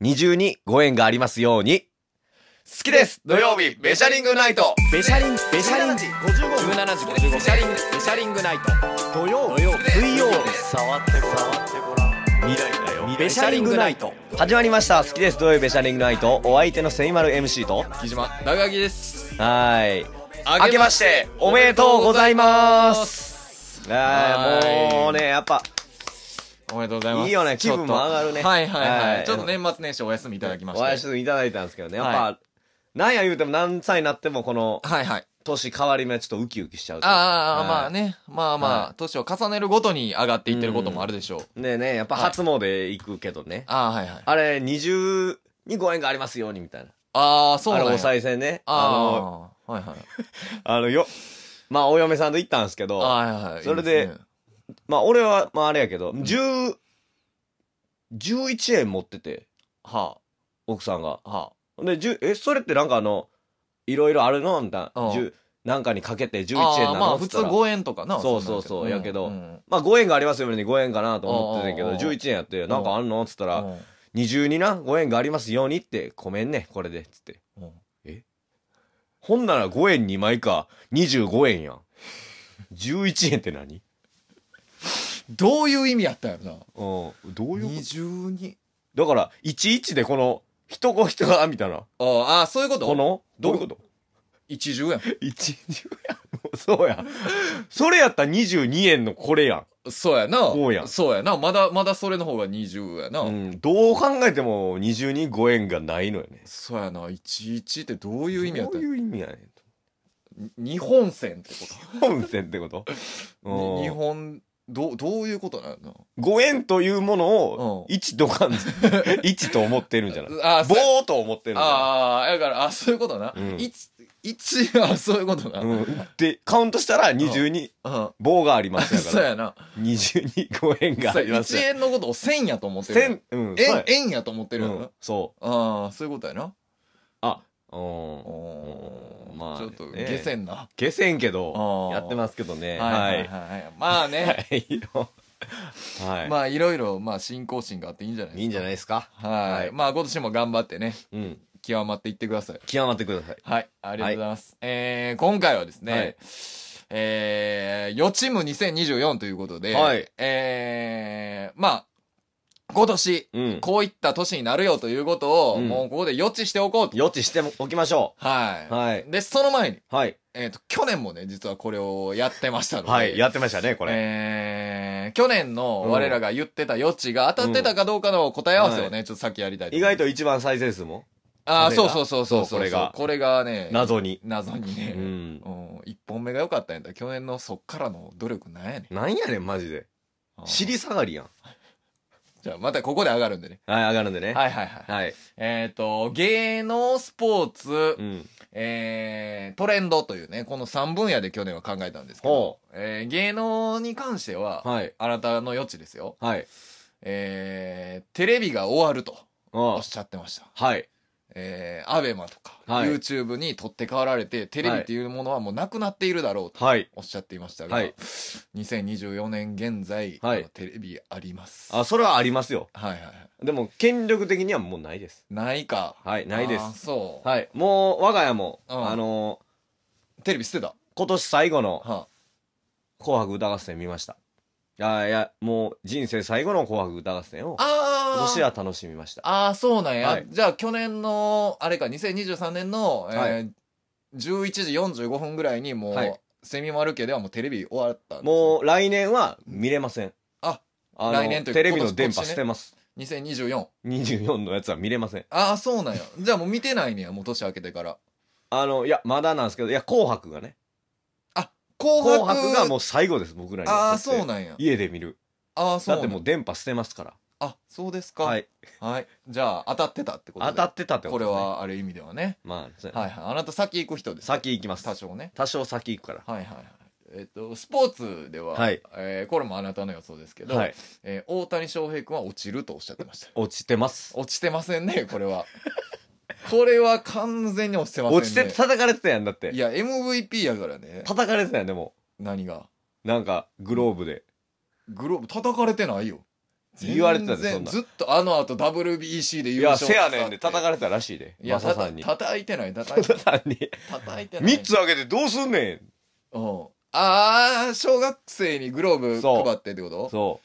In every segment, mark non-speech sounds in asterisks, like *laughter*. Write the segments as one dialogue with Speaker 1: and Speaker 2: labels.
Speaker 1: 二重にご縁がありますように。好きです土曜日、ベシャリングナイト
Speaker 2: ベシャリンベシャリンジ55分
Speaker 1: 17時55ベシャリング、ベシャリングナイト
Speaker 2: 土曜土曜水曜
Speaker 3: 触ってごらん触ってごらん未来だよ
Speaker 2: ベシャリングナイト
Speaker 1: 始まりました。好きです土曜日、ベシャリングナイトお相手のセイマル MC と、は
Speaker 4: 木島長垣です
Speaker 1: ーい。
Speaker 4: あ
Speaker 1: 明けまして、おめでとうございますはー、
Speaker 4: はいい
Speaker 1: もうね、やっぱ、
Speaker 4: おめでとうございます
Speaker 1: いいよね
Speaker 4: ちょっと
Speaker 1: 気分も上がるね
Speaker 4: はいはいはい、
Speaker 1: はい
Speaker 4: ちょっと年末年始お休みいただきまし
Speaker 1: お
Speaker 4: て
Speaker 1: 会いしていただいたんですけどね、やっぱ、
Speaker 4: は
Speaker 1: なんや言うても何歳になってもこの
Speaker 4: はいはい
Speaker 1: 年変わり目はちょっとウキウキしちゃうというか
Speaker 4: ああ、
Speaker 1: はい
Speaker 4: まあねまあまあ、
Speaker 1: は
Speaker 4: 年を重ねるごとに上がっていってることもあるでしょう、
Speaker 1: ねえねえ、やっぱ初詣行くけどね。
Speaker 4: ああはいはい
Speaker 1: あれ、二重にご縁がありますようにみたいな。
Speaker 4: ああそう
Speaker 1: あ
Speaker 4: な
Speaker 1: れ、
Speaker 4: ん
Speaker 1: お
Speaker 4: や
Speaker 1: 賽銭ね。あ
Speaker 4: ああはいはい
Speaker 1: の、あのよ、まあ、お嫁さんと行ったんですけど、
Speaker 4: あはいはい
Speaker 1: それで
Speaker 4: いいすね
Speaker 1: まあ、俺は、まあ、あれやけど、十、十一円持ってて、
Speaker 4: は
Speaker 1: 奥さんが。
Speaker 4: あは
Speaker 1: で、十、え、それってなんかあの、いろいろあるのみたい
Speaker 4: うん
Speaker 1: な。十、なんかにかけて11
Speaker 4: あ
Speaker 1: 円なの
Speaker 4: ああまあ
Speaker 1: っつ
Speaker 4: 普
Speaker 1: った
Speaker 4: 通
Speaker 1: ら
Speaker 4: 5円とかな
Speaker 1: そう
Speaker 4: なん
Speaker 1: そうそうやけど
Speaker 4: うん
Speaker 1: まあ、5円がありますように5円かなと思ってたけど、
Speaker 4: うんうんうん
Speaker 1: 11円やって、なんかあんのっつった
Speaker 4: う
Speaker 1: ら、
Speaker 4: ん
Speaker 1: 二重にな、5円がありますようにって、ごめんね、これで、つって。
Speaker 4: うん
Speaker 1: ほんなら5円2枚か、25円やん。11円って何
Speaker 4: どういう意味やったんやろ
Speaker 1: う
Speaker 4: な
Speaker 1: ん。どういうこ
Speaker 4: 22
Speaker 1: とだから、11でこの、人子人が、みたいな。
Speaker 4: あーあーそういうこと
Speaker 1: この、どういうこと
Speaker 4: 一重や
Speaker 1: ?1、2やん。もうそうや。それやったら22円のこれや
Speaker 4: んそうやな
Speaker 1: こうやん
Speaker 4: そうやなまだまだそれの方が20やな、
Speaker 1: ん。うん。どう考えても22に5円がないのよね。
Speaker 4: そうやな11ってどうい
Speaker 1: ど
Speaker 4: う意味やった
Speaker 1: どう
Speaker 4: んや
Speaker 1: いう意味やねんと。
Speaker 4: 日本線ってこ
Speaker 1: 本線ってこと
Speaker 4: と日
Speaker 1: うん
Speaker 4: 本どうどういうことなの
Speaker 1: 5円というものを
Speaker 4: うん
Speaker 1: 1と
Speaker 4: *laughs*
Speaker 1: かん1と思ってるんじゃない
Speaker 4: あーそう
Speaker 1: 棒と思ってるんじゃ
Speaker 4: ああだからあそういうことな、
Speaker 1: うん
Speaker 4: 一一はそういうこと
Speaker 1: な
Speaker 4: な、
Speaker 1: いううん、でカウントしたら22
Speaker 4: ん
Speaker 1: 棒がありますだ
Speaker 4: *laughs* そ
Speaker 1: か
Speaker 4: う
Speaker 1: ら
Speaker 4: やな
Speaker 1: 225円があります
Speaker 4: 1円のことを1000やと思ってるやん
Speaker 1: 千うんそう
Speaker 4: 円
Speaker 1: や
Speaker 4: 円やと思ってる
Speaker 1: う
Speaker 4: やん
Speaker 1: んそ
Speaker 4: ああそういうことやな
Speaker 1: ううん
Speaker 4: お
Speaker 1: まあ
Speaker 4: ちょっと
Speaker 1: ね
Speaker 4: 下船な、
Speaker 1: 消せんけど
Speaker 4: あー
Speaker 1: やってますけどね
Speaker 4: は
Speaker 1: はいい
Speaker 4: はいはい、はい、まあね、
Speaker 1: はいはい
Speaker 4: まあいろいろまあ信仰心があっていいんじゃないですか
Speaker 1: いいんじゃないですか
Speaker 4: はい、
Speaker 1: はい
Speaker 4: まあ今年も頑張ってね
Speaker 1: うん
Speaker 4: 極まっていってください
Speaker 1: 極まってください
Speaker 4: はいありがとうございます、えー、今回はですね、
Speaker 1: はい
Speaker 4: えー、予知夢2024ということで、
Speaker 1: はい
Speaker 4: えー、まあ今年
Speaker 1: うん
Speaker 4: こういった年になるよということを、
Speaker 1: うん
Speaker 4: もうここで予知しておこうと
Speaker 1: 予知しておきましょ
Speaker 4: はい、
Speaker 1: うはい
Speaker 4: でその前に、
Speaker 1: はい
Speaker 4: えー、と去年もね実はこれをやってましたので、
Speaker 1: はいやってましたねこれ
Speaker 4: えー、去年の我らが言ってた余地が当たってたかどうかの答え合わせをね、
Speaker 1: うん
Speaker 4: ちょっとさっきやりたい
Speaker 1: 意
Speaker 4: 思います
Speaker 1: 外と一番再生数も
Speaker 4: ああ、
Speaker 1: これ
Speaker 4: そう
Speaker 1: が
Speaker 4: そうそうそう
Speaker 1: そう
Speaker 4: そう。
Speaker 1: これが
Speaker 4: これがね、
Speaker 1: 謎に
Speaker 4: 謎に
Speaker 1: う
Speaker 4: ね、
Speaker 1: ん
Speaker 4: うん、一本目が良かったんやったら、去年のそっからの努力なんやねん
Speaker 1: なんやねんマジで
Speaker 4: うん。
Speaker 1: 尻下がりやん
Speaker 4: じゃあまたここで上がるんでね。
Speaker 1: はい上がるんでね
Speaker 4: はいはいはい。
Speaker 1: はい
Speaker 4: えっ、と、芸能、スポーツ
Speaker 1: う、ん
Speaker 4: えー、トレンドというね、この3分野で去年は考えたんですけど
Speaker 1: ほ、
Speaker 4: えー、芸能に関しては、
Speaker 1: はい
Speaker 4: あなたの余地ですよ。
Speaker 1: はい
Speaker 4: えー、テレビが終わるとお
Speaker 1: あ
Speaker 4: っしゃってました。
Speaker 1: はい
Speaker 4: えー、アベマとか、
Speaker 1: はい
Speaker 4: YouTube に取って代わられて、テレビっていうものはもうなくなっているだろうと。
Speaker 1: はい
Speaker 4: おっしゃっていましたが、
Speaker 1: はい
Speaker 4: 2024年現在、
Speaker 1: はい
Speaker 4: あのテレビあります。
Speaker 1: あそれはありますよ
Speaker 4: はいはいはい。
Speaker 1: でも権力的にはもうないです
Speaker 4: ないか。
Speaker 1: はいないで
Speaker 4: あー
Speaker 1: す
Speaker 4: そう、
Speaker 1: はいもう我が家も
Speaker 4: うん
Speaker 1: あのー
Speaker 4: テレビ捨てた。
Speaker 1: 今年最後の
Speaker 4: は
Speaker 1: 「紅白歌合戦」見ましたいやいやもう人生最後の「紅白歌合戦」を
Speaker 4: あ、あ
Speaker 1: 今
Speaker 4: あ
Speaker 1: 年は楽しみました
Speaker 4: ああ、そうなんや。
Speaker 1: はい
Speaker 4: じゃあ去年の、あれか、2023年の、えー
Speaker 1: は
Speaker 4: 11時45分ぐらいにもう、
Speaker 1: はい
Speaker 4: セミマル家ではもうテレビ終わったんですね
Speaker 1: もう来年は見れません
Speaker 4: あ
Speaker 1: あの
Speaker 4: 来年というか
Speaker 1: テレビの
Speaker 4: 今年
Speaker 1: 電波
Speaker 4: 今年
Speaker 1: 捨
Speaker 4: ね
Speaker 1: てます
Speaker 4: 2024。
Speaker 1: 24のやつは見れません
Speaker 4: ああ、そうなんや。じゃあもう見てないねや、もう年明けてから。
Speaker 1: あの、いや、まだなんですけど、いや、紅白がね。
Speaker 4: 紅白
Speaker 1: 紅白がもう最後です、僕らにとって。
Speaker 4: ああ、そうなんや。
Speaker 1: 家で見る。
Speaker 4: ああ、そ
Speaker 1: だ
Speaker 4: うな
Speaker 1: っ
Speaker 4: ん
Speaker 1: て
Speaker 4: や
Speaker 1: もう電波捨てますか。。
Speaker 4: あ、そうですから
Speaker 1: はい。
Speaker 4: はい。じゃあ、当たってたってことで
Speaker 1: 当たってたって
Speaker 4: こ
Speaker 1: こと、
Speaker 4: れ
Speaker 1: ね、。
Speaker 4: は、ある意味ではね。
Speaker 1: まあ、そうやね
Speaker 4: はいはい。あなた先行く人です。
Speaker 1: 先行きます。
Speaker 4: 多少ね。
Speaker 1: 多少先行くから。
Speaker 4: はいはいはい。えっと、スポーツでは、
Speaker 1: はい
Speaker 4: えーこれもあなたの予想ですけど、
Speaker 1: はい。
Speaker 4: えー大谷翔平君は落ちるとおっしゃってました。 *laughs*
Speaker 1: 落ちてます。
Speaker 4: 落ちてませんね、これは。これは完全に落ちてませんね。
Speaker 1: 落ちて、叩かれてたやんだって
Speaker 4: い。や、MVP やからね。
Speaker 1: 叩かれてたやん、でも。
Speaker 4: 何が。
Speaker 1: なんか、グローブで。
Speaker 4: グローブ、叩かれてないよ。
Speaker 1: 言われてたで、そん
Speaker 4: 全然
Speaker 1: な。
Speaker 4: ずっとあの後 WBC で
Speaker 1: い
Speaker 4: 優
Speaker 1: や、
Speaker 4: 勝
Speaker 1: せやねんで叩
Speaker 4: れ
Speaker 1: かれたらしいで。
Speaker 4: いや
Speaker 1: マサ
Speaker 4: た
Speaker 1: さ
Speaker 4: た
Speaker 1: んに。
Speaker 4: 叩いてない叩い
Speaker 1: マ
Speaker 4: て
Speaker 1: サ *laughs*
Speaker 4: ない
Speaker 1: さんに。
Speaker 4: 叩いてない
Speaker 1: 3つあげてどうすんね
Speaker 4: うんああ小学生にグローブ
Speaker 1: そう
Speaker 4: 配ってってこ
Speaker 1: ん
Speaker 4: と
Speaker 1: そ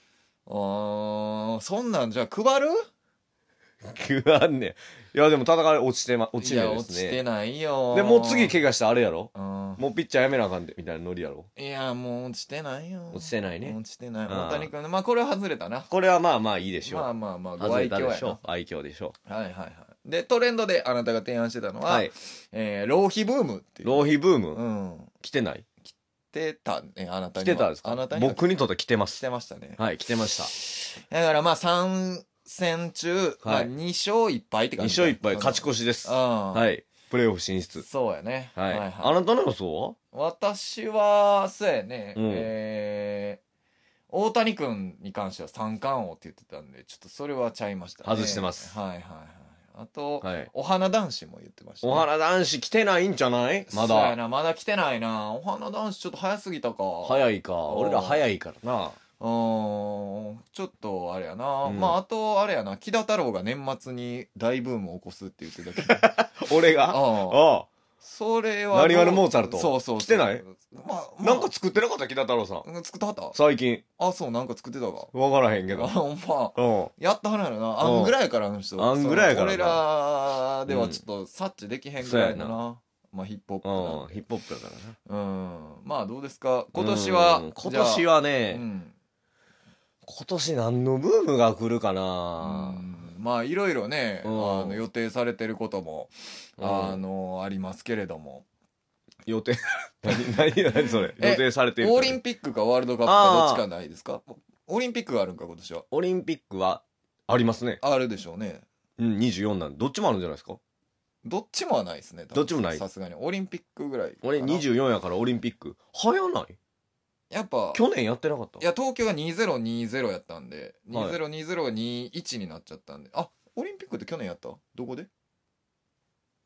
Speaker 1: う
Speaker 4: ーんそんなんじゃあ配る
Speaker 1: う。くわんねん。いや、でも叩かれ、落ちてま、落ち
Speaker 4: い
Speaker 1: ない
Speaker 4: や
Speaker 1: で
Speaker 4: 落
Speaker 1: す
Speaker 4: ちて
Speaker 1: ね。
Speaker 4: ないよ
Speaker 1: で、もう次怪我したらあれやろ
Speaker 4: うん
Speaker 1: もうピッチャーやめなあかんで、みたいなノリやろ
Speaker 4: いやもう落ちてないよ
Speaker 1: 落ちてないね
Speaker 4: 落ちてない
Speaker 1: ん
Speaker 4: 大谷君まあこれは外れたな
Speaker 1: これはまあまあいいでしょう。
Speaker 4: まあまあまあご
Speaker 1: 外れ
Speaker 4: 愛
Speaker 1: た
Speaker 4: 嬌
Speaker 1: で
Speaker 4: や
Speaker 1: しょう。愛嬌でしょ
Speaker 4: なはいはいはいでトレンドであなたが提案してたの
Speaker 1: う。
Speaker 4: は、
Speaker 1: はい。
Speaker 4: えー浪費ブームっていう
Speaker 1: 浪費ブーム、
Speaker 4: うん
Speaker 1: 来てない
Speaker 4: 来てたねあなた
Speaker 1: 来
Speaker 4: に
Speaker 1: てたんです
Speaker 4: あ
Speaker 1: か
Speaker 4: なたには
Speaker 1: 僕にとって来てま
Speaker 4: 来
Speaker 1: す。
Speaker 4: てましたね
Speaker 1: はい、来てました。
Speaker 4: だからまあ3戦中、まあ、2勝1敗って
Speaker 1: 2
Speaker 4: 感じ
Speaker 1: 勝1敗、勝ち
Speaker 4: し
Speaker 1: 越しです。
Speaker 4: あ
Speaker 1: はいい。プレーオフ進出。
Speaker 4: そうやね
Speaker 1: はい。
Speaker 4: はい
Speaker 1: あなたの予想
Speaker 4: 私はそうやね、
Speaker 1: うん
Speaker 4: えー大谷君に関しては三冠王って言ってたんでちょっとそれはちゃいましたね
Speaker 1: 外してます
Speaker 4: はいはいはいあと、
Speaker 1: ははい。
Speaker 4: お花男子も言ってましたね、
Speaker 1: お花男子来てないんじゃないま
Speaker 4: そうや
Speaker 1: だ。
Speaker 4: なまだ来てないなお花男子ちょっと早すぎたか
Speaker 1: 早いか。
Speaker 4: ー
Speaker 1: 俺ら早いからな。
Speaker 4: うーんちょっとあれやな、
Speaker 1: うん
Speaker 4: まああとあれやな木田太郎が年末に大ブームを起こすって言ってたけど
Speaker 1: 俺 *laughs* が。あ
Speaker 4: ああ
Speaker 1: あ。
Speaker 4: それは
Speaker 1: ナニワルモーツァルト
Speaker 4: そうそうそう
Speaker 1: 来てない
Speaker 4: まあ、ま
Speaker 1: な
Speaker 4: あ、
Speaker 1: んか作ってなかった、木田太郎さん。
Speaker 4: 作ってはった
Speaker 1: 最近。
Speaker 4: あそうなんか作ってたか
Speaker 1: わからへんけ
Speaker 4: あ
Speaker 1: ど。
Speaker 4: *laughs* ほんま
Speaker 1: う
Speaker 4: やったはるやろな
Speaker 1: うん
Speaker 4: あんぐらいやからあの人
Speaker 1: あんぐらいやからな
Speaker 4: その俺らではちょっと察知できへんぐらいの
Speaker 1: そう
Speaker 4: な、まあヒップホップ
Speaker 1: ん。うん。
Speaker 4: な
Speaker 1: ヒップホップだからな。
Speaker 4: うんまあどうですか今年は
Speaker 1: うん今
Speaker 4: じゃあ
Speaker 1: 年は
Speaker 4: う
Speaker 1: ね、
Speaker 4: ん、
Speaker 1: 今年何のブームが来るか
Speaker 4: う
Speaker 1: な。
Speaker 4: んまあいろいろね、
Speaker 1: うん
Speaker 4: あの予定されてることも、
Speaker 1: うん
Speaker 4: あのありますけれども
Speaker 1: 予定、 *laughs* 何、何、何それ。
Speaker 4: え
Speaker 1: 予定されている。
Speaker 4: オリンピックかワールドカップかどっちかないですかオリンピックがあるんか今年は
Speaker 1: オリンピックはありますね。
Speaker 4: あるでしょうね
Speaker 1: うん、24なんで、どっちもあるんじゃないですか
Speaker 4: どっちもはないですね多分
Speaker 1: どっちもない
Speaker 4: さすがにオリンピックぐらいかな
Speaker 1: 俺24やからオリンピック。早ない
Speaker 4: やっぱ
Speaker 1: 去年やってなかった
Speaker 4: いや東京が2020やったんで、
Speaker 1: はい
Speaker 4: 2020が21になっちゃったんであオリンピックって去年やったどこで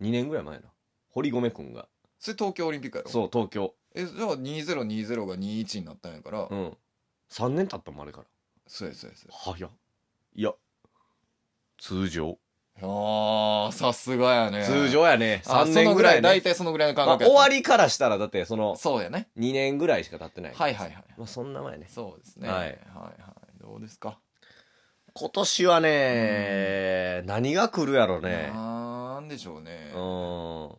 Speaker 1: ?2 年ぐらい前な。堀米くんが。
Speaker 4: それ東京オリンピックやろ
Speaker 1: そう、東京。
Speaker 4: えじゃあ2020が21になったんやから、
Speaker 1: うん。3年経ったもんあれから。
Speaker 4: そうやそうやそうや
Speaker 1: 早っいや、通常。
Speaker 4: あーさすがやね
Speaker 1: 通常やね。
Speaker 4: あ
Speaker 1: 3年ぐらい
Speaker 4: そのぐらい大
Speaker 1: ね。
Speaker 4: 体そのぐらいの感
Speaker 1: まあ
Speaker 4: 覚
Speaker 1: 終わ
Speaker 4: り
Speaker 1: りからしたら、だって、その、
Speaker 4: そうやね
Speaker 1: 2年ぐらいしか経ってない。
Speaker 4: はいはいはい
Speaker 1: まあ、そんな前ね。
Speaker 4: そうですね、
Speaker 1: はい
Speaker 4: はいはいどうですか
Speaker 1: 今年はね、何が来るやろね。
Speaker 4: なんでしょうね
Speaker 1: うん。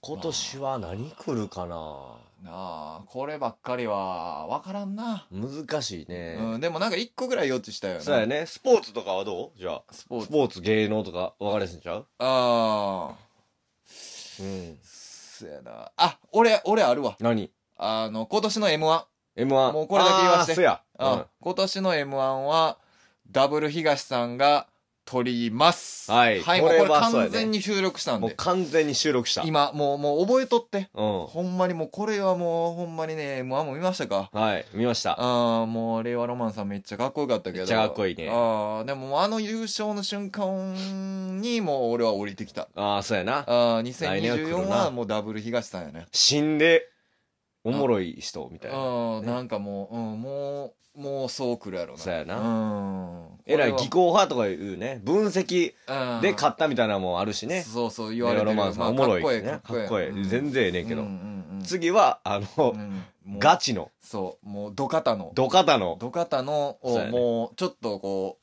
Speaker 1: 今年は何来るかな
Speaker 4: なあこればっかりは分からんな、
Speaker 1: 難しいね。
Speaker 4: うん、でもなんか1個ぐらい予知したよね
Speaker 1: そうやね。スポーツとかはどうじゃあ。
Speaker 4: スポー
Speaker 1: ス
Speaker 4: ツ
Speaker 1: ポーツ、芸能とか分かれすんちゃう
Speaker 4: ああ
Speaker 1: うん。
Speaker 4: そやな。あ、俺、俺あるわ。
Speaker 1: 何
Speaker 4: あの、今年の M1。
Speaker 1: ?M1。
Speaker 4: もうこれだけ言わ
Speaker 1: あー
Speaker 4: せて
Speaker 1: そや。
Speaker 4: あ今年の M1 は、ダブル東さんが取ります。
Speaker 1: はい
Speaker 4: はい、も
Speaker 1: こ
Speaker 4: う
Speaker 1: れ
Speaker 4: こ
Speaker 1: は
Speaker 4: れ
Speaker 1: そうやね
Speaker 4: 完全に収録した
Speaker 1: うんんもう
Speaker 4: で。
Speaker 1: 完全に収録した。うん。
Speaker 4: 今、もう、もう覚えとって。
Speaker 1: は
Speaker 4: ほんまにもう、これはもう、ほんまにね、M1 も見ましたか。
Speaker 1: い。見ました。
Speaker 4: ああ、もう、令和ロマンさんめっちゃかっこよかったけど。
Speaker 1: めっちゃかっこいいね
Speaker 4: ああ、でも、あの優勝の瞬間に、もう俺は降りてきた。
Speaker 1: ああ、そうやな。
Speaker 4: ああ、
Speaker 1: 来年は来るな
Speaker 4: 2024はもうダブル東さんやね。
Speaker 1: 死んで、おもろい人みたいな。
Speaker 4: うん、なんかもう、うん、もう、もうそうくるやろな。
Speaker 1: そうやな
Speaker 4: うん。
Speaker 1: えらい技巧派とかいうね。分析
Speaker 4: 巧
Speaker 1: で勝ったみたいなのもあるしね。
Speaker 4: そうそう、言わ
Speaker 1: レ
Speaker 4: れ
Speaker 1: オ
Speaker 4: てる。
Speaker 1: ロマンさんお
Speaker 4: まあ
Speaker 1: もろいしね。
Speaker 4: かっこえ
Speaker 1: か
Speaker 4: え
Speaker 1: っこええ。全然ええねんけ
Speaker 4: う
Speaker 1: ど
Speaker 4: んう。んうん
Speaker 1: 次は、あの
Speaker 4: う、んもう
Speaker 1: ガチの、
Speaker 4: そう、もう、土方の。
Speaker 1: ドカタの、
Speaker 4: 土方の、
Speaker 1: そう
Speaker 4: を
Speaker 1: やね
Speaker 4: もう、ちょっとこ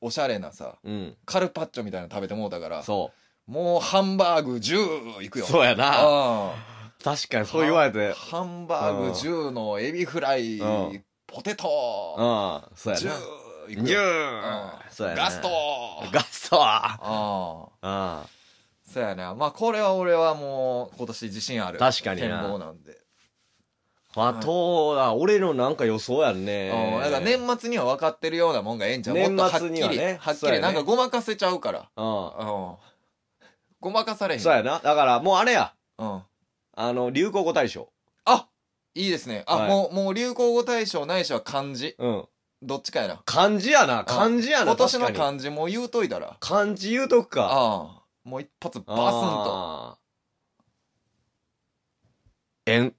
Speaker 4: う、おしゃれなさ、
Speaker 1: うん。
Speaker 4: カルパッチョみたいなの食べてもうたから、
Speaker 1: そ。
Speaker 4: もう、ハンバーグ10いうくよ。
Speaker 1: そうやな。
Speaker 4: あ
Speaker 1: 確かに、そう言われて
Speaker 4: あ。ハンバーグ10のエビフライ
Speaker 1: うん、
Speaker 4: ポテト、
Speaker 1: うん。そうや
Speaker 4: 10
Speaker 1: な。
Speaker 4: い
Speaker 1: ニ
Speaker 4: く
Speaker 1: ュ
Speaker 4: よ。
Speaker 1: ー
Speaker 4: うん
Speaker 1: そうやな
Speaker 4: ガスト
Speaker 1: ガストあ
Speaker 4: ああ。
Speaker 1: あ
Speaker 4: そうやな。まあ、これは俺はもう、今年自信ある。
Speaker 1: 確かに
Speaker 4: 展
Speaker 1: な
Speaker 4: 望なんで。
Speaker 1: まあ、とは、俺のなんか予想やんね
Speaker 4: うん。だから年末には分かってるようなもんがええんちゃう
Speaker 1: 年末
Speaker 4: もっとっきり
Speaker 1: にはね
Speaker 4: はっき
Speaker 1: そうや
Speaker 4: り。
Speaker 1: ね
Speaker 4: なんかごまかせちゃうから。
Speaker 1: う
Speaker 4: うん。ごまかされへ
Speaker 1: ん
Speaker 4: ん。
Speaker 1: そうやなだからもうあれや
Speaker 4: うん。
Speaker 1: あの流行語大賞
Speaker 4: あいいですね。あ、
Speaker 1: はい
Speaker 4: もう、もう流行語大賞ないしは漢字。
Speaker 1: うん
Speaker 4: どっちかやな。
Speaker 1: 漢字やな漢字やな
Speaker 4: 今年の
Speaker 1: 確かに
Speaker 4: 漢字もう言うといたら。
Speaker 1: 漢字言うとくか
Speaker 4: ああ。もう一発バスンと。
Speaker 1: あー円